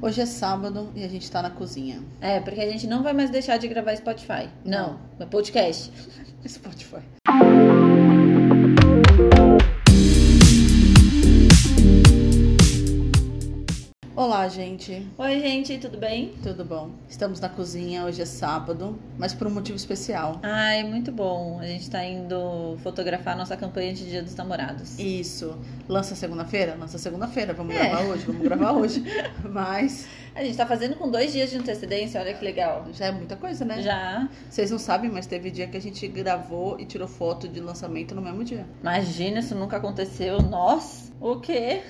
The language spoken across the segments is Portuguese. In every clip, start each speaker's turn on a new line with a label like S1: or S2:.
S1: Hoje é sábado e a gente tá na cozinha.
S2: É, porque a gente não vai mais deixar de gravar Spotify. Não, é podcast.
S1: Spotify. Olá, gente.
S2: Oi, gente, tudo bem?
S1: Tudo bom? Estamos na cozinha, hoje é sábado, mas por um motivo especial.
S2: Ai, muito bom. A gente tá indo fotografar a nossa campanha de Dia dos Namorados.
S1: Isso. Lança segunda-feira? Lança segunda-feira. Vamos
S2: É.
S1: gravar hoje, vamos gravar hoje. Mas
S2: A gente tá fazendo com dois dias de antecedência, olha que legal.
S1: já é muita coisa, né?
S2: Já.
S1: Vocês não sabem, mas teve dia que a gente gravou e tirou foto de lançamento no mesmo dia.
S2: Imagina, isso nunca aconteceu. Nós? O quê?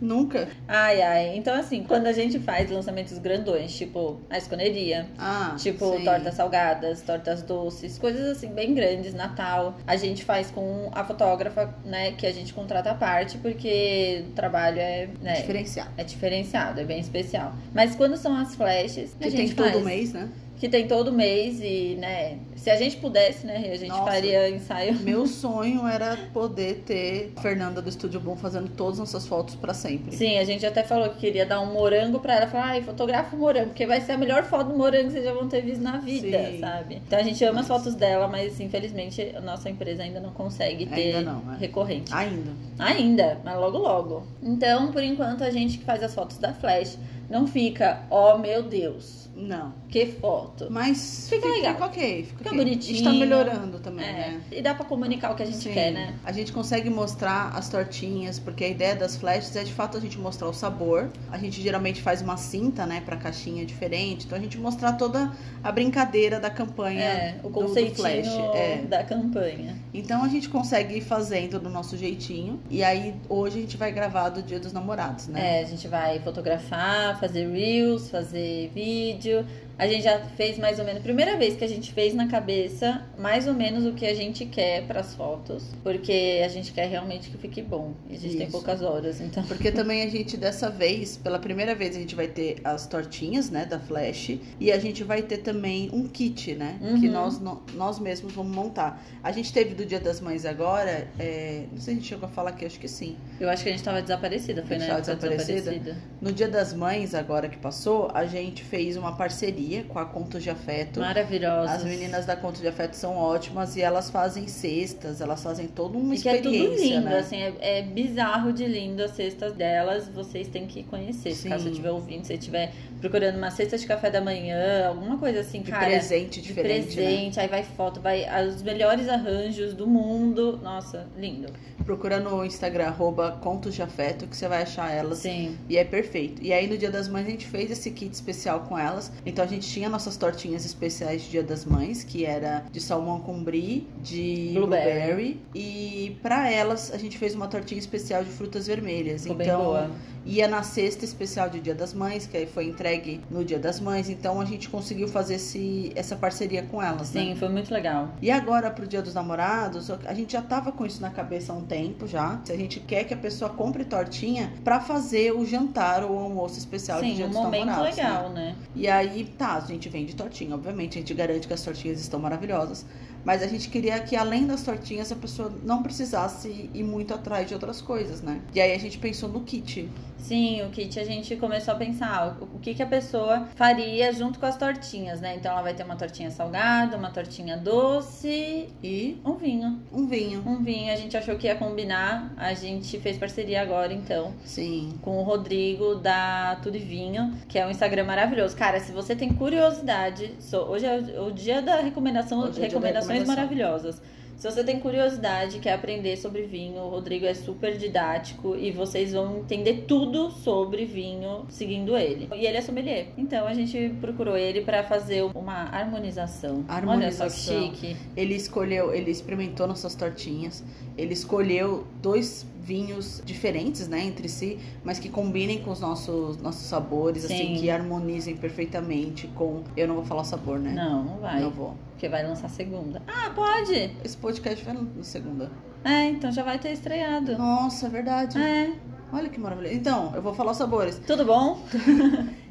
S1: Nunca.
S2: Ai, ai. Então, assim, quando a gente faz lançamentos grandões, tipo a esconeria,
S1: Ah,
S2: Tipo,
S1: sim.
S2: tortas salgadas, tortas doces, coisas assim bem grandes, Natal. A gente faz com a fotógrafa, né, que a gente contrata à parte, porque o trabalho é, né,
S1: Diferenciar.
S2: é diferenciado, é bem especial. Mas quando são as flashes, a
S1: Que tem
S2: gente
S1: todo
S2: faz,
S1: mês, né?
S2: Que tem todo mês e, né, se a gente pudesse, né, a gente
S1: Nossa.
S2: faria ensaio.
S1: Meu sonho era poder ter a Fernanda do Estúdio Bom fazendo todas as nossas fotos pra sempre.
S2: Sim, a gente até falou que queria dar um morango pra ela. Falar, ai, fotografa o morango, porque vai ser a melhor foto do morango que vocês já vão ter visto na vida,
S1: Sim.
S2: sabe? Então a gente ama as
S1: Nossa.
S2: fotos dela, mas infelizmente a nossa empresa ainda não consegue ter
S1: Ainda não, é.
S2: recorrente.
S1: Ainda.
S2: Ainda, mas logo logo. Então, por enquanto, a gente que faz as fotos da Flash não fica, ó meu Deus,
S1: Não.
S2: que foto.
S1: Mas
S2: Fica legal.
S1: ok. Fica,
S2: Fica
S1: ok.
S2: bonitinho.
S1: A gente tá melhorando também, né?
S2: É, e dá pra comunicar o que a gente
S1: Sim.
S2: quer, né?
S1: A gente consegue mostrar as tortinhas, porque a ideia das flashes é de fato a gente mostrar o sabor. A gente geralmente faz uma cinta, né, pra caixinha diferente. Então a gente mostrar toda a brincadeira da campanha
S2: É,
S1: do-
S2: o
S1: do,
S2: conceitinho
S1: flash. É.
S2: da campanha.
S1: Então a gente consegue ir fazendo do nosso jeitinho. E aí hoje a gente vai gravar do Dia dos Namorados, né?
S2: É, a gente vai fotografar, fazer reels, fazer vídeo. A gente já fez mais ou menos, primeira vez que a gente fez na cabeça, mais ou menos o que a gente quer pras fotos, porque a gente quer realmente que fique bom. E a gente tem
S1: Isso.
S2: poucas horas, então.
S1: Porque também a gente, dessa vez, pela primeira vez, a gente vai ter as tortinhas, né, da Flash. E a gente vai ter também um kit, né?
S2: Uhum.
S1: Que nós, no- nós mesmos vamos montar. A gente teve do Dia das Mães agora, é, não sei se a gente chegou a falar aqui, acho que sim.
S2: Eu acho que a gente tava desaparecida, foi
S1: A
S2: na
S1: gente tava
S2: época
S1: desaparecida? No Dia das Mães, agora que passou, a gente fez uma parceria com a Contos de Afeto.
S2: Maravilhosa.
S1: As meninas da Conto de Afeto são ótimas e elas fazem cestas, elas fazem toda uma
S2: E que é tudo
S1: experiência,
S2: lindo,
S1: né?
S2: assim, é, é bizarro de lindo as cestas delas, vocês têm que conhecer. Se
S1: Sim.
S2: caso você estiver ouvindo, se você estiver procurando uma cesta de café da manhã, alguma coisa assim,
S1: de
S2: cara.
S1: presente
S2: de
S1: diferente, né?
S2: presente, aí vai foto, vai ah, os melhores arranjos do mundo. Nossa, lindo.
S1: Procura no Instagram, arroba Contos de Afeto, que você vai achar elas.
S2: Sim.
S1: E é perfeito. E aí no Dia das Mães a gente fez esse kit especial com elas. Então a gente tinha nossas tortinhas especiais de Dia das Mães, que era de salmão com brie, de
S2: Blueberry.
S1: blueberry. E pra elas a gente fez uma tortinha especial de frutas vermelhas.
S2: Ficou bem
S1: então
S2: boa.
S1: ia na sexta especial de Dia das Mães, que aí foi entregue no Dia das Mães, então a gente conseguiu fazer esse, essa parceria com elas, né?
S2: Sim, foi muito legal.
S1: E agora pro Dia dos Namorados, a gente já tava com isso na cabeça há um tempo já. Se a gente quer que a pessoa compre tortinha pra fazer o jantar ou o almoço especial de
S2: Sim,
S1: Dia
S2: um
S1: dos
S2: momento
S1: Namorados. né?
S2: legal, né?
S1: E aí, tá, a gente vende tortinha, obviamente, a gente garante que as tortinhas estão maravilhosas, mas a gente queria que além das tortinhas a pessoa não precisasse ir muito atrás de outras coisas, né? E aí a gente pensou no kit.
S2: Sim, o kit a gente começou a pensar ah, o o que, que a pessoa faria junto com as tortinhas, né? Então ela vai ter uma tortinha salgada, uma tortinha doce,
S1: E
S2: um vinho.
S1: um vinho.
S2: Um vinho a gente achou que ia combinar, a gente fez parceria agora então.
S1: Sim.
S2: com o Rodrigo da Tudo e Vinho, que é um Instagram maravilhoso. Cara, se você tem curiosidade, so- hoje é o o dia da recomendação,
S1: Hoje é o dia da
S2: recomendações
S1: recomendação.
S2: maravilhosas. Se você tem curiosidade, quer aprender sobre vinho, o Rodrigo é super didático e vocês vão entender tudo sobre vinho seguindo ele. E ele é sommelier. Então a gente procurou ele pra fazer uma harmonização. Olha só
S1: Harmonização.
S2: que chique.
S1: Ele escolheu, ele experimentou nossas tortinhas. Ele escolheu dois vinhos diferentes, né, entre si, mas que combinem com os nossos nossos sabores, assim,
S2: Sim.
S1: que harmonizem perfeitamente com. Eu não vou falar o sabor, né?
S2: Não, não vai,
S1: Não vou.
S2: porque vai lançar segunda. Ah, pode.
S1: Esse podcast vai na segunda.
S2: É, então já vai ter estreado.
S1: Nossa, é verdade.
S2: É,
S1: Olha que maravilha. Então, eu vou falar os sabores.
S2: tudo bom?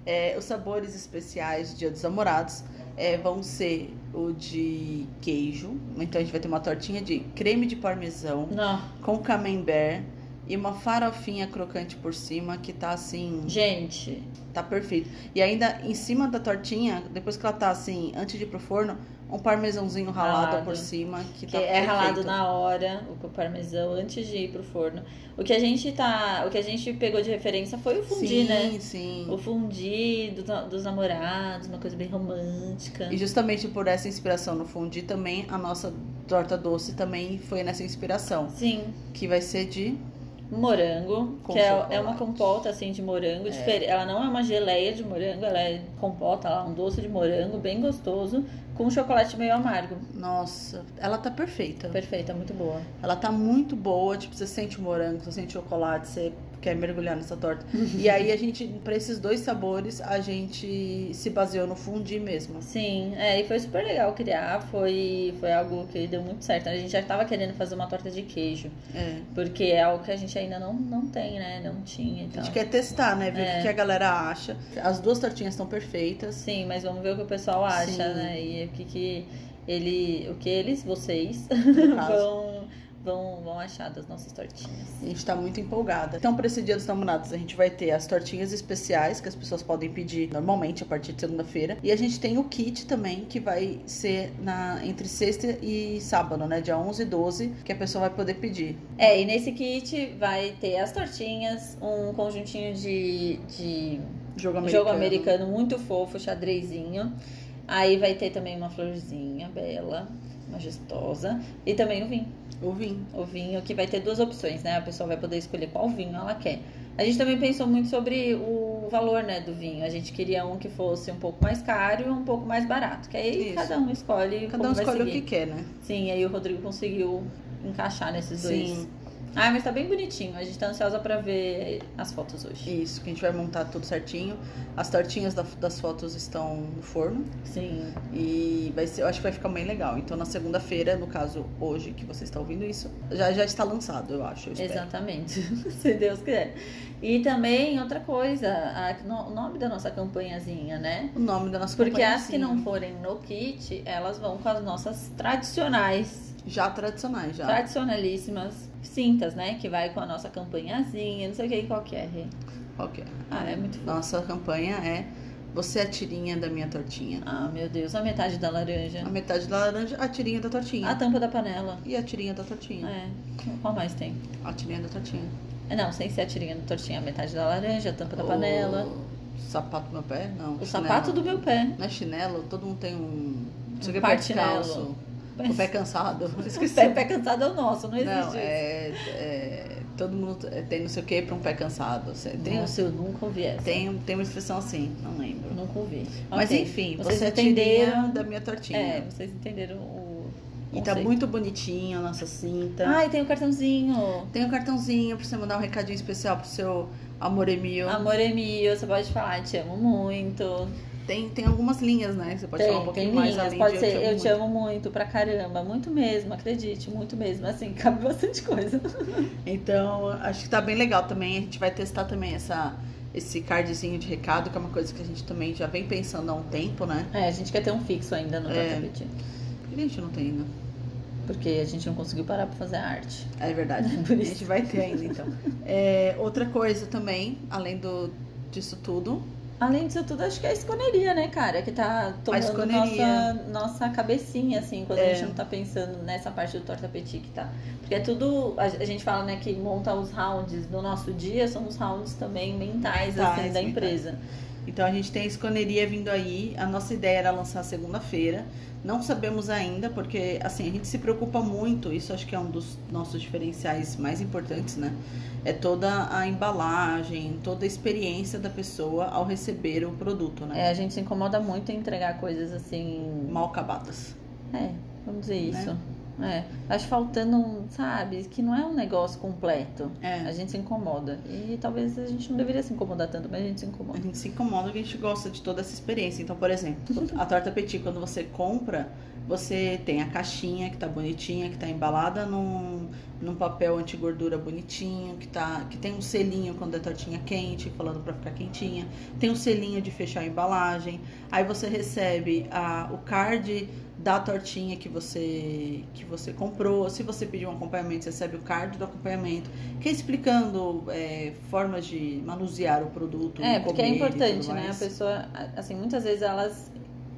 S1: É, os sabores especiais do Dia dos Namorados é, vão ser o de queijo. Então a gente vai ter uma tortinha de creme de parmesão,
S2: Não.
S1: com camembert, e uma farofinha crocante por cima que tá assim,
S2: Gente,
S1: tá perfeito. E ainda em cima da tortinha, depois que ela tá assim, antes de ir pro forno, um parmesãozinho ralado,
S2: Ralado.
S1: por cima que,
S2: que
S1: tá
S2: é
S1: perfeito.
S2: ralado na hora o parmesão antes de ir pro forno. O que a gente tá, o que a gente pegou de referência foi o fundi,
S1: sim,
S2: né?
S1: sim.
S2: O fundi do- dos namorados, uma coisa bem romântica.
S1: E justamente por essa inspiração no fundi também, a nossa torta doce também foi nessa inspiração.
S2: Sim,
S1: Que vai ser de.
S2: morango,
S1: Com
S2: que é,
S1: chocolate.
S2: é uma compota assim de morango. difer- Ela não é uma geleia de morango, ela é compota lá, um doce de morango bem gostoso, com chocolate meio amargo.
S1: Nossa, ela tá perfeita.
S2: Perfeita, muito boa.
S1: Ela tá muito boa, tipo, você sente o morango, você sente o chocolate, você quer mergulhar nessa torta. e aí a gente, pra esses dois sabores, a gente se baseou no fundi mesmo.
S2: Sim, é, e foi super legal criar, foi, foi algo que deu muito certo. A gente já tava querendo fazer uma torta de queijo,
S1: É.
S2: porque é algo que a gente ainda não, não tem, né? Não tinha e
S1: A
S2: tal.
S1: gente quer testar, né? Ver o que que a galera acha. As duas tortinhas estão perfeitas.
S2: Sim, mas vamos ver o que o pessoal acha,
S1: Sim.
S2: né? E o que, que ele. O que eles, vocês,
S1: No caso.
S2: vão, vão, vão achar das nossas tortinhas.
S1: A gente tá muito empolgada. Então, pra esse dia dos namorados, a gente vai ter as tortinhas especiais que as pessoas podem pedir normalmente a partir de segunda-feira. E a gente tem o kit também, que vai ser na, entre sexta e sábado, né? Dia 11 e 12, que a pessoa vai poder pedir.
S2: É, e nesse kit vai ter as tortinhas, um conjuntinho de, de
S1: Jogo americano.
S2: jogo americano muito fofo, xadrezinho. Aí vai ter também uma florzinha bela, majestosa. E também o vinho.
S1: O vinho.
S2: O vinho que vai ter duas opções, né? A pessoa vai poder escolher qual vinho ela quer. A gente também pensou muito sobre o valor, né, do vinho. A gente queria um que fosse um pouco mais caro e um pouco mais barato. Que aí
S1: Isso.
S2: cada um escolhe
S1: Cada
S2: como
S1: um
S2: vai
S1: escolhe o
S2: seguir.
S1: que quer, né?
S2: Sim, aí o Rodrigo conseguiu encaixar nesses dois.
S1: Sim.
S2: Ah, mas tá bem bonitinho. A gente tá ansiosa pra ver as fotos hoje.
S1: Isso, que a gente vai montar tudo certinho. As tortinhas da- das fotos estão no forno.
S2: Sim.
S1: E vai ser, eu acho que vai ficar bem legal. Então na segunda-feira, no caso hoje que você está ouvindo isso, já, já está lançado, eu acho. Eu espero.
S2: Exatamente, se Deus quiser. E também outra coisa, a- no- o nome da nossa campanhazinha, né?
S1: O nome da nossa
S2: Porque
S1: campanha, é assim, né?
S2: as que
S1: sim,
S2: não forem no kit, elas vão com as nossas tradicionais,
S1: já tradicionais já.
S2: tradicionalíssimas cintas, né? Que vai com a nossa campanhazinha, não sei o que, qual que é. Rê?
S1: Ok.
S2: Ah, é muito fofo.
S1: Nossa campanha é você é a tirinha da minha tortinha.
S2: Ah, meu Deus, a metade da
S1: A
S2: laranja.
S1: metade da laranja, a tirinha da tortinha.
S2: Ah. A Ah. tampa da panela.
S1: E a tirinha da tortinha.
S2: É, qual mais tem? É,
S1: A tirinha da tortinha.
S2: Não, sem ser a tirinha do tortinha, a metade da laranja, a tampa
S1: Oh,
S2: da panela.
S1: O sapato do meu pé? Não.
S2: O sapato do meu pé.
S1: Não é chinelo? Todo mundo tem um. Não sei o
S2: Um
S1: que é pé
S2: partinelo.
S1: descalço. O pé cansado. Esqueci.
S2: O pé, pé cansado é o nosso, não existe
S1: Não,
S2: isso.
S1: é, é- Todo mundo tem não sei o que pra um pé cansado. Cê- Tem, um,
S2: Nossa, eu nunca ouvi essa.
S1: tem, tem uma expressão assim, não lembro.
S2: Nunca ouvi.
S1: Mas
S2: Ok.
S1: enfim,
S2: Vocês
S1: você é a
S2: entenderam?
S1: tirinha da minha tortinha.
S2: É, vocês entenderam o.
S1: e tá
S2: conceito.
S1: muito bonitinha a nossa cinta.
S2: Ah, e tem o cartãozinho.
S1: Tem um cartãozinho pra você mandar um recadinho especial pro seu amor Emil.
S2: Amor é meu, você pode falar, te amo muito.
S1: Tem, tem algumas linhas, né? que Você pode falar um
S2: tem,
S1: pouquinho
S2: tem
S1: mais
S2: linhas,
S1: além
S2: pode
S1: de
S2: ser
S1: eu te amo. muito.
S2: muito pra caramba, muito mesmo, acredite, muito mesmo. Assim, cabe bastante coisa.
S1: Então, acho que tá bem legal também. A gente vai testar também essa, esse cardzinho de recado, que é uma coisa que a gente também já vem pensando há um tempo, né?
S2: É, a gente quer ter um fixo ainda no
S1: É.
S2: Torta Petit,
S1: Por que a gente não tem ainda?
S2: porque a gente não conseguiu parar pra fazer a arte.
S1: É verdade.
S2: Por
S1: A
S2: isso.
S1: gente vai ter ainda, então. É, outra coisa também, além do, disso tudo,
S2: Além disso tudo, acho que é a esconeria, né, cara? Que tá tomando nossa,
S1: esconeria. É.
S2: nossa cabecinha, assim, quando a gente não tá pensando nessa parte do torta petit que tá. Porque é tudo. A, a gente fala, né, que monta os rounds do nosso dia, são os rounds também mentais, assim,
S1: Mentais,
S2: da
S1: mentais.
S2: empresa.
S1: Então a gente tem a esconeria vindo aí. A nossa ideia era lançar segunda-feira. Não sabemos ainda, porque assim, a gente se preocupa muito, isso acho que é um dos nossos diferenciais mais importantes, né? É toda a embalagem, toda a experiência da pessoa ao receber o produto, né?
S2: É, a gente se incomoda muito em entregar coisas assim.
S1: Mal acabadas.
S2: É, vamos dizer
S1: Né?
S2: isso. É, acho faltando, um, sabe, que não é um negócio completo. A
S1: É.
S2: gente se incomoda. E talvez a gente não deveria se incomodar tanto, mas a gente se
S1: A
S2: incomoda.
S1: gente se incomoda que a gente gosta de toda essa experiência. Então, por exemplo, a torta petit, quando você compra, você tem a caixinha que tá bonitinha, que tá embalada num num papel anti-gordura bonitinho, que, tá, que tem um selinho quando é tortinha quente, falando para ficar quentinha, tem um selinho de fechar a embalagem, aí você recebe a, o card da tortinha que você que você comprou, se você pedir um acompanhamento, você recebe o card do acompanhamento, que é explicando é, formas de manusear o produto.
S2: É, porque é
S1: comer e tudo
S2: importante, né? A
S1: mais.
S2: pessoa, assim, muitas vezes elas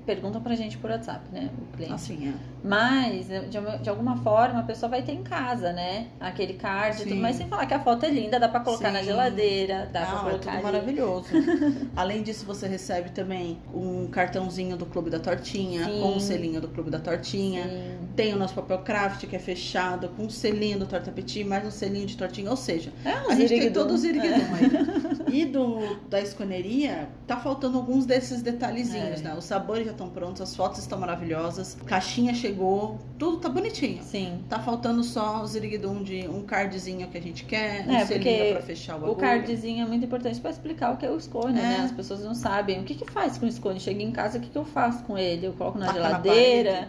S2: perguntam pra gente por WhatsApp, né? O cliente.
S1: Assim, é.
S2: Mas, de, uma- de alguma forma, a pessoa vai ter em casa, né? Aquele card e tudo
S1: Sim.
S2: mais, sem falar que a foto é linda, dá pra colocar na
S1: Sim.
S2: geladeira, dá pra
S1: Ah, é
S2: colocar
S1: tudo
S2: ali.
S1: maravilhoso. Além disso, você recebe também um cartãozinho do Clube da Tortinha,
S2: Sim.
S1: com o selinho do Clube da Tortinha.
S2: Sim.
S1: Tem o nosso papel craft, que é fechado, com um selinho do Torta Petit, mais um selinho de tortinha. Ou seja,
S2: É
S1: a
S2: um
S1: gente tem
S2: ziriguidum.
S1: todos os
S2: É.
S1: iriguidum aí. E do, da esconeria, tá faltando alguns desses detalhezinhos,
S2: É.
S1: né? Os sabores já estão prontos, as fotos estão maravilhosas, caixinha chegou, tudo tá bonitinho.
S2: Sim.
S1: Tá faltando só o ziriguidum de um cardzinho que a gente quer, um
S2: É, porque
S1: selinho pra fechar o
S2: O
S1: bagulho.
S2: cardzinho é muito importante pra explicar o que é o scone,
S1: É.
S2: né? As pessoas não sabem. O que que faz com o scone? Chega em casa, o que que eu faço com ele? Eu coloco na
S1: Taca na
S2: geladeira?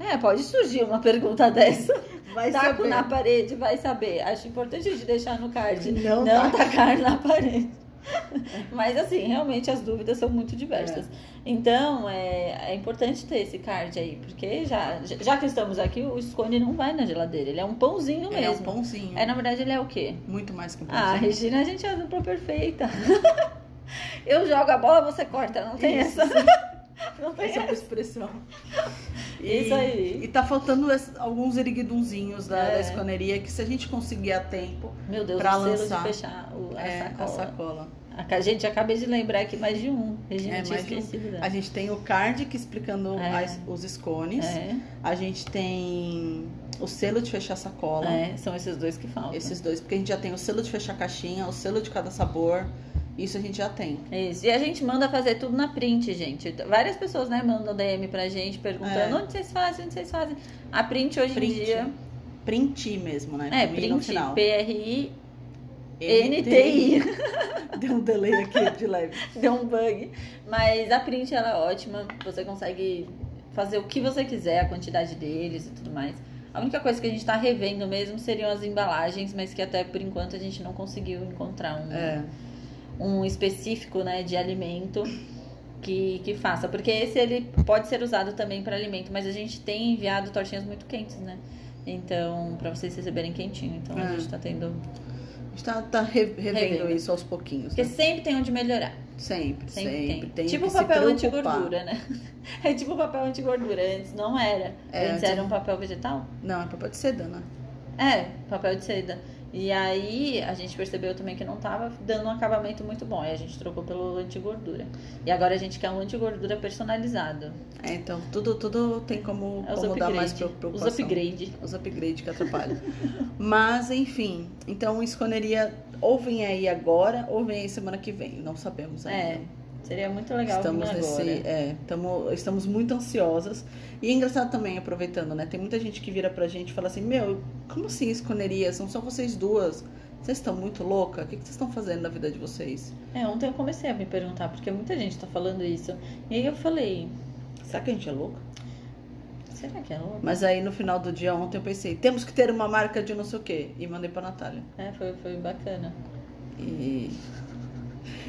S2: é, pode surgir uma pergunta dessa.
S1: Vai
S2: Taco
S1: saber.
S2: tá na parede, vai saber. Acho importante a gente deixar no card.
S1: Não, tá.
S2: não tacar na parede. Mas assim, realmente as dúvidas são muito diversas. Então, é, é importante ter esse card aí, porque já, já que estamos aqui, o scone não vai na geladeira, ele é um pãozinho
S1: É um
S2: mesmo.
S1: pãozinho.
S2: É, na verdade, ele é o quê?
S1: Muito mais que um
S2: Ah,
S1: pãozinho.
S2: Regina, a gente é a dupla perfeita. Eu jogo a bola, você corta, não tem
S1: Isso,
S2: essa. Não tem
S1: Essa é
S2: essa.
S1: uma expressão.
S2: Isso aí.
S1: E tá faltando es- alguns eriguidunzinhos da,
S2: É.
S1: da esconeria que se a gente conseguir a tempo,
S2: Meu Deus,
S1: Pra
S2: o selo de
S1: lançar.
S2: fechar o- a
S1: é, a
S2: sacola.
S1: sacola.
S2: A gente, acabei de lembrar aqui mais de um. Regina
S1: É,
S2: tinha
S1: mais de um.
S2: esquecido. né?
S1: A gente tem o card que explicando
S2: É.
S1: as- os escones.
S2: É,
S1: A gente tem o selo de fechar a sacola.
S2: é, são esses dois que faltam.
S1: Esses dois, porque a gente já tem o selo de fechar a caixinha, o selo de cada sabor. Isso a gente já tem.
S2: É Isso. E a gente manda fazer tudo na print, gente. Várias pessoas, né, mandam DM pra gente
S1: É.
S2: perguntando onde vocês fazem, onde vocês fazem. A print hoje em
S1: Print.
S2: dia
S1: Print mesmo, né?
S2: é
S1: Com i no
S2: print,
S1: final.
S2: PRI,
S1: NTI.
S2: NTI.
S1: Deu um delay aqui de leve.
S2: Deu um bug. Mas a print ela é ótima. Você consegue fazer o que você quiser, a quantidade deles e tudo mais. A única coisa que a gente tá revendo mesmo seriam as embalagens, mas que até por enquanto a gente não conseguiu encontrar um,
S1: É.
S2: um específico né, de alimento que, que faça. Porque esse ele pode ser usado também para alimento, mas a gente tem enviado tortinhas muito quentes, né? Então, para vocês receberem quentinho. Então, a
S1: É.
S2: gente tá tendo.
S1: A gente tá, tá re- revendo
S2: Revendo.
S1: isso aos pouquinhos.
S2: Porque
S1: Né?
S2: sempre tem onde melhorar.
S1: Sempre,
S2: Sempre,
S1: sempre.
S2: tem.
S1: Tem
S2: Tipo
S1: que
S2: o
S1: se
S2: papel
S1: preocupar.
S2: antigordura, né? É tipo o papel antigordura. Antes não era.
S1: É,
S2: Antes
S1: antes-
S2: era um papel vegetal?
S1: Não, é papel de seda, né?
S2: É, papel de seda. E aí a gente percebeu também que não tava dando um acabamento muito bom. E a gente trocou pelo antigordura. E agora a gente quer um antigordura personalizado.
S1: É, então tudo, tudo tem como,
S2: É os
S1: como dar mais
S2: upgrade.
S1: pre-
S2: Os
S1: preocupação.
S2: upgrade.
S1: Os upgrade que atrapalham. Mas, enfim. Então, esconderia ou vem aí agora ou vem aí semana que vem. Não sabemos
S2: É.
S1: ainda.
S2: Seria muito legal
S1: estamos
S2: vir
S1: nesse,
S2: agora.
S1: é, tamo- estamos muito ansiosas. E é engraçado também, aproveitando, né? Tem muita gente que vira pra gente e fala assim: Meu, como assim esconderia? São só vocês duas. Vocês estão muito louca? O que que vocês estão fazendo na vida de vocês?
S2: É, ontem eu comecei a me perguntar, porque muita gente tá falando isso. E aí eu falei,
S1: Será que a gente é louca?
S2: será que é louco?
S1: Mas aí no final do dia ontem eu pensei, temos que ter uma marca de não sei o quê. E mandei pra Natália.
S2: É, foi, foi bacana.
S1: E.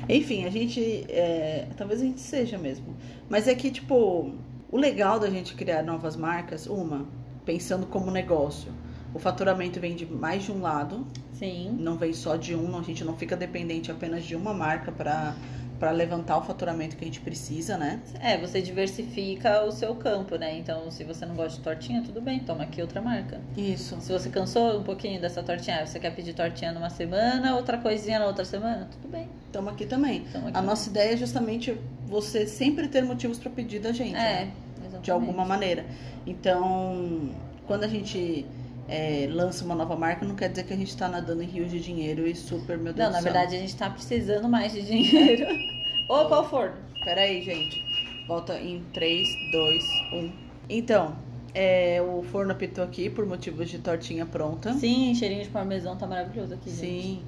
S1: Enfim, a gente. é, Talvez a gente seja mesmo. Mas é que, tipo, o legal da gente criar novas marcas, uma, pensando como negócio. O faturamento vem de mais de um lado,
S2: Sim.
S1: não vem só de um, a gente não fica dependente apenas de uma marca pra para levantar o faturamento que a gente precisa, né?
S2: É, você diversifica o seu campo, né? Então, se você não gosta de tortinha, tudo bem, toma aqui outra marca.
S1: Isso.
S2: Se você cansou um pouquinho dessa tortinha, ah, você quer pedir tortinha numa semana, outra coisinha na outra semana, tudo bem.
S1: Estamos aqui também.
S2: Então, aqui.
S1: A nossa ideia é justamente você sempre ter motivos pra pedir da gente. né?
S2: É, exatamente.
S1: de alguma maneira. Então, quando a gente é, lança uma nova marca, não quer dizer que a gente está nadando em rios de dinheiro e super, meu Deus
S2: Não,
S1: do
S2: na
S1: céu.
S2: verdade, a gente tá precisando mais de dinheiro. Ô, qual forno?
S1: Peraí, gente. Volta em 3, 2, 1. Então, é, o forno apitou aqui por motivos de tortinha pronta.
S2: Sim, cheirinho de parmesão tá maravilhoso aqui, gente.
S1: Sim.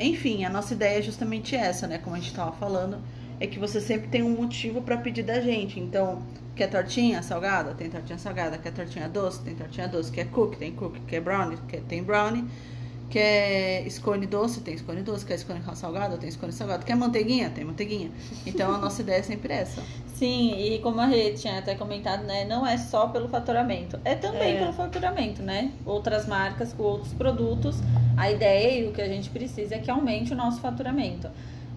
S1: Enfim, a nossa ideia é justamente essa, né? Como a gente tava falando, é que você sempre tem um motivo pra pedir da gente. Então, quer tortinha salgada? Tem tortinha salgada. Quer tortinha doce? Tem tortinha doce. Quer cookie? Tem cookie. Quer brownie? Quer, tem brownie. Quer scone doce? Tem scone doce. Quer scone salgado? Tem scone salgado. Quer manteiguinha? Tem manteiguinha. Então, a nossa ideia é sempre essa.
S2: Sim, e como a Rê tinha até comentado, né? Não é só pelo faturamento. É também
S1: É.
S2: pelo faturamento, né? Outras marcas com outros produtos. A ideia e o que a gente precisa é que aumente o nosso faturamento.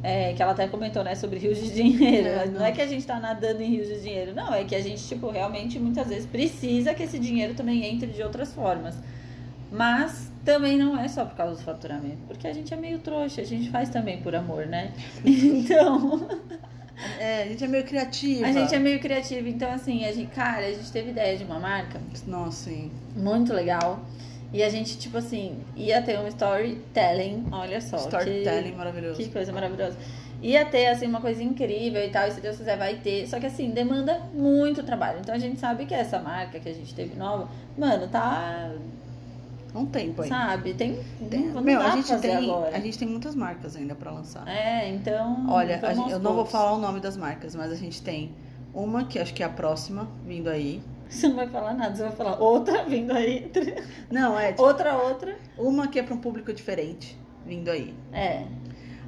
S2: É, que ela até comentou, né, sobre rios de dinheiro.
S1: É,
S2: Mas não é que a gente tá nadando em rios de dinheiro, não. É que a gente, tipo, realmente muitas vezes precisa que esse dinheiro também entre de outras formas. Mas também não é só por causa do faturamento, porque a gente é meio trouxa, a gente faz também por amor, né? Então.
S1: É, a gente é meio criativa.
S2: A gente é meio criativo, então assim, a gente, cara, a gente teve ideia de uma marca
S1: Nossa, sim.
S2: muito legal. E a gente, tipo assim, ia ter um storytelling, olha só. que-
S1: Storytelling maravilhoso.
S2: Que, coisa maravilhosa. Ia ter, assim, uma coisa incrível e tal, e se Deus quiser vai ter. Só que, assim, demanda muito trabalho. Então a gente sabe que essa marca que a gente teve nova, mano, tá.
S1: Um tempo aí.
S2: Sabe? Tem.
S1: Tem-
S2: não, não
S1: Meu,
S2: dá
S1: a
S2: pra
S1: gente,
S2: fazer
S1: tem,
S2: agora.
S1: a gente tem muitas marcas ainda pra lançar.
S2: É, então.
S1: Olha, a
S2: vamos
S1: gente-
S2: aos
S1: eu não vou
S2: poucos.
S1: falar o nome das marcas, mas a gente tem uma que acho que é a próxima vindo aí.
S2: Você não vai falar nada, você vai falar outra vindo aí.
S1: Não, é tipo,
S2: Outra, outra.
S1: uma que é pra um público diferente vindo aí.
S2: É.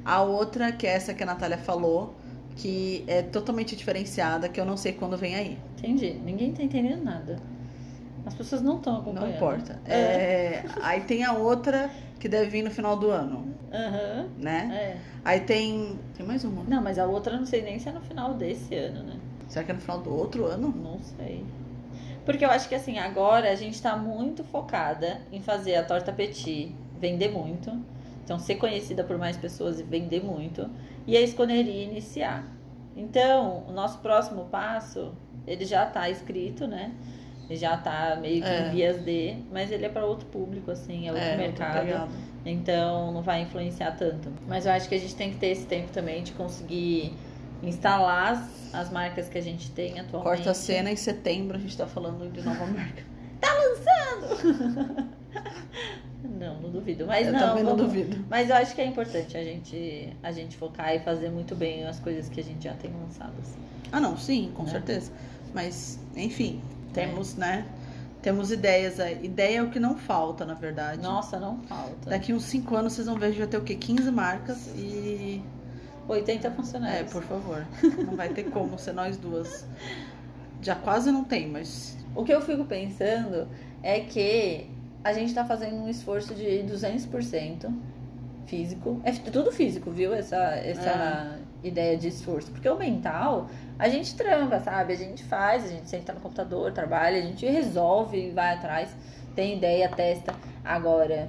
S1: A outra que é essa que a Natália falou, que é totalmente diferenciada, que eu não sei quando vem aí.
S2: Entendi. Ninguém tá entendendo nada. As pessoas não estão acompanhando.
S1: Não importa. É, aí tem a outra que deve vir no final do ano,
S2: Aham.
S1: né?
S2: É.
S1: Aí tem. Tem mais uma.
S2: Não, mas a outra eu não sei nem se é no final desse ano, né?
S1: Será que é no final do outro ano?
S2: Não sei. Porque eu acho que assim, agora a gente tá muito focada em fazer a torta petit vender muito. Então, ser conhecida por mais pessoas e vender muito. E a esconeria iniciar. Então, o nosso próximo passo, ele já tá escrito, né? Ele já tá meio que
S1: É.
S2: em vias de, mas ele é para outro público, assim, é outro
S1: outro
S2: mercado.
S1: pegado.
S2: Então não vai influenciar tanto. Mas eu acho que a gente tem que ter esse tempo também de conseguir instalar as, as marcas que a gente tem atualmente.
S1: Corta a cena em setembro, a gente tá falando de nova marca.
S2: Não, não duvido. Mas
S1: eu
S2: não,
S1: também não
S2: vamos-
S1: duvido.
S2: Mas eu acho que é importante a gente, a gente focar e fazer muito bem as coisas que a gente já tem lançadas.
S1: Ah, não, sim, com
S2: Né?
S1: certeza. Mas, enfim,
S2: É.
S1: temos, né? Temos ideias aí. Ideia é o que não falta, na verdade.
S2: Nossa, não falta.
S1: Daqui uns 5 anos vocês vão ver, a gente vai ter o quê? 15 marcas e.
S2: 80
S1: É,
S2: funcionários.
S1: por favor. Não vai ter como ser nós duas. Já quase não tem, mas.
S2: O que eu fico pensando é que a gente tá fazendo um esforço de 200% físico. É tudo físico, viu? Essa, essa
S1: É.
S2: ideia de esforço. Porque o mental, a gente trampa, sabe? A gente faz, a gente senta no computador, trabalha, a gente resolve e vai atrás, tem ideia, testa. Agora.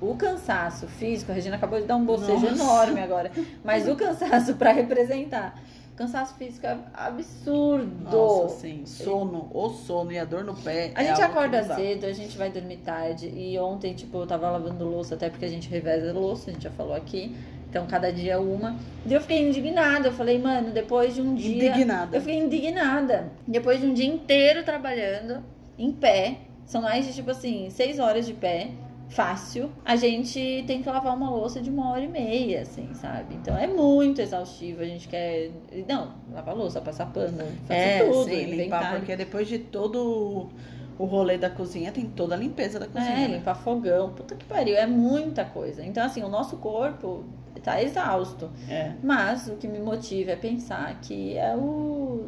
S2: O cansaço físico, a Regina acabou de dar um bocejo
S1: Nossa.
S2: enorme agora. Mas o cansaço pra representar. O cansaço físico é absurdo.
S1: Nossa, sim. Sono, o sono e a dor no pé.
S2: A
S1: é
S2: gente
S1: algo que
S2: acorda
S1: não dá.
S2: cedo, a gente vai dormir tarde. E ontem, tipo, eu tava lavando louça, até porque a gente reveza a louça, a gente já falou aqui. Então, cada dia uma. E eu fiquei indignada. Eu falei, mano, depois de um dia. Eu
S1: Indignada.
S2: fiquei indignada. Depois de um dia inteiro trabalhando, em pé, são mais de, tipo assim, seis horas de pé, fácil. A gente tem que lavar uma louça de uma hora e meia, assim, sabe? Então é muito exaustivo. A gente quer. Não, lavar louça, passar pano, fazer
S1: É,
S2: tudo,
S1: sim, limpar,
S2: inventário.
S1: porque depois de todo o rolê da cozinha, tem toda a limpeza da
S2: É,
S1: cozinha. né?
S2: limpar fogão, puta que pariu, é muita coisa. Então, assim, o nosso corpo tá exausto.
S1: É.
S2: Mas o que me motiva é pensar que é o.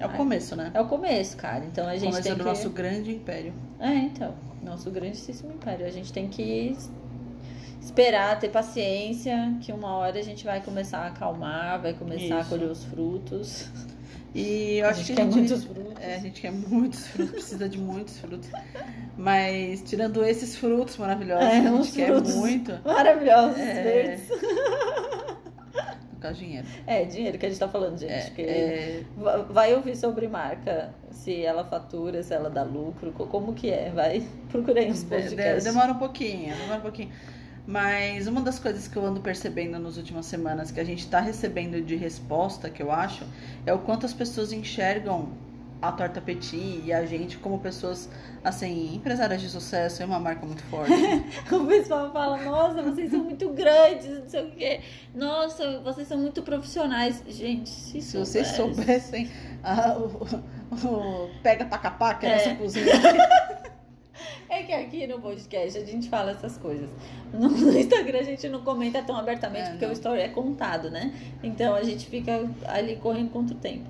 S1: É o começo, né?
S2: É o começo, cara. Então a gente
S1: começo
S2: tem
S1: do
S2: que.
S1: nosso grande império.
S2: É, então. Nosso grandíssimo império. A gente tem que es- esperar, ter paciência, que uma hora a gente vai começar a acalmar, vai começar a
S1: Isso.
S2: colher os frutos.
S1: E eu
S2: a
S1: acho
S2: gente
S1: que
S2: quer
S1: a gente,
S2: muitos frutos.
S1: é, a gente quer muitos frutos, precisa de muitos frutos. Mas tirando esses frutos maravilhosos,
S2: É,
S1: que a
S2: uns
S1: gente quer
S2: frutos.
S1: muito.
S2: Maravilhosos,
S1: É.
S2: verdes.
S1: No caso, dinheiro.
S2: É, dinheiro que a gente tá falando, gente. porque-
S1: É,
S2: Va- Vai ouvir sobre marca, se ela fatura, se ela dá lucro, co- como que é, vai. Procurei
S1: de-
S2: nos
S1: de-
S2: podcasts.
S1: demora um pouquinho, demora um pouquinho. Mas uma das coisas que eu ando percebendo nas últimas semanas que a gente tá recebendo de resposta, que eu acho, é o quanto as pessoas enxergam a torta Petit e a gente como pessoas, assim, empresárias de sucesso é uma marca muito forte.
S2: o pessoal fala, nossa, vocês são muito grandes, não sei o quê. Nossa, vocês são muito profissionais. Gente, se,
S1: Se vocês
S2: soubesse.
S1: soubessem ah, o, o, o pega taca-paca
S2: É.
S1: nessa cozinha.
S2: É que aqui no podcast a gente fala essas coisas. No no Instagram a gente não comenta tão abertamente,
S1: É,
S2: porque
S1: não.
S2: o story é contado, né? Então a gente fica ali correndo contra o tempo.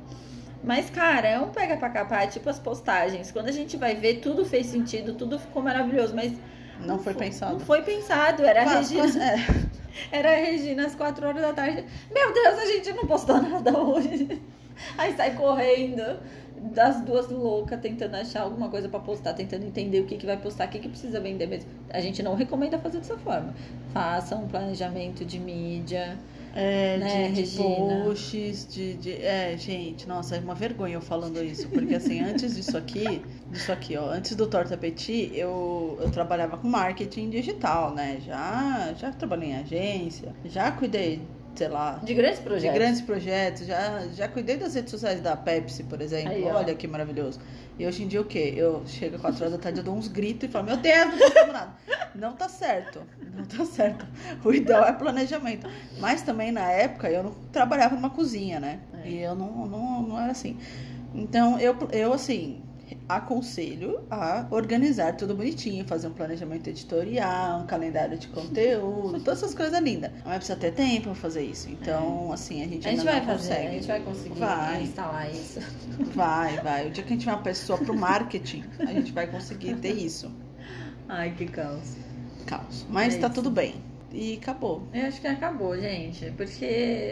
S2: Mas, cara, é um pega pra capar, é tipo as postagens. Quando a gente vai ver, tudo fez sentido, tudo ficou maravilhoso, mas
S1: Não foi pensado.
S2: não foi pensado. Era a
S1: Mas-
S2: Regina,
S1: mas- é,
S2: era a Regina às quatro horas da tarde. Meu Deus, a gente não postou nada hoje. Aí sai correndo, das duas loucas, tentando achar alguma coisa pra postar, tentando entender o que, que vai postar, o que, que precisa vender mesmo. A gente não recomenda fazer dessa forma. Faça um planejamento de mídia.
S1: É, de,
S2: Né,
S1: de
S2: Regina?
S1: posts, de, de- É, gente, nossa, é uma vergonha eu falando isso. Porque assim, antes disso aqui, disso aqui, ó, antes do Torta Petit, eu, eu trabalhava com marketing digital, né? Já, já trabalhei em agência, já cuidei, sei lá,
S2: De grandes
S1: de
S2: projetos.
S1: grandes projetos, já, já cuidei das redes sociais da Pepsi, por exemplo.
S2: Aí, ó.
S1: Olha que maravilhoso. E hoje em dia o quê? Eu chego às 4 horas da tarde, eu dou uns gritos e falo, meu Deus, não tô nada. Não tá certo. Não tá certo. O ideal é planejamento. Mas também na época eu não trabalhava numa cozinha, né?
S2: É.
S1: E eu não, não, não era assim. Então eu, eu assim. Aconselho a organizar tudo bonitinho, fazer um planejamento editorial, um calendário de conteúdo, todas essas coisas lindas. Mas precisa ter tempo pra fazer isso. Então, assim, a gente
S2: É. A gente
S1: ainda
S2: vai
S1: não
S2: fazer,
S1: consegue.
S2: a gente vai conseguir
S1: Vai.
S2: instalar isso.
S1: Vai, vai. O dia que a gente tiver uma pessoa pro marketing, a gente vai conseguir ter isso.
S2: Ai, que caos.
S1: Caos. Mas
S2: É
S1: tá
S2: isso.
S1: tudo bem. E acabou.
S2: Eu acho que acabou, gente. Porque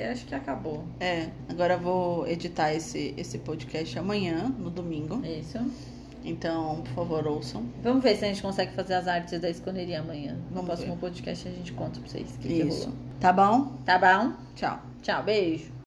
S2: eu acho que acabou.
S1: É, agora eu vou editar esse, esse podcast amanhã, no domingo.
S2: É Isso.
S1: Então, por favor, ouçam.
S2: Vamos ver se a gente consegue fazer as artes da esconderia amanhã. No
S1: Vamos
S2: próximo podcast a gente conta pra vocês o que, que
S1: Isso.
S2: rolou.
S1: Tá bom?
S2: Tá bom?
S1: Tchau.
S2: Tchau, beijo.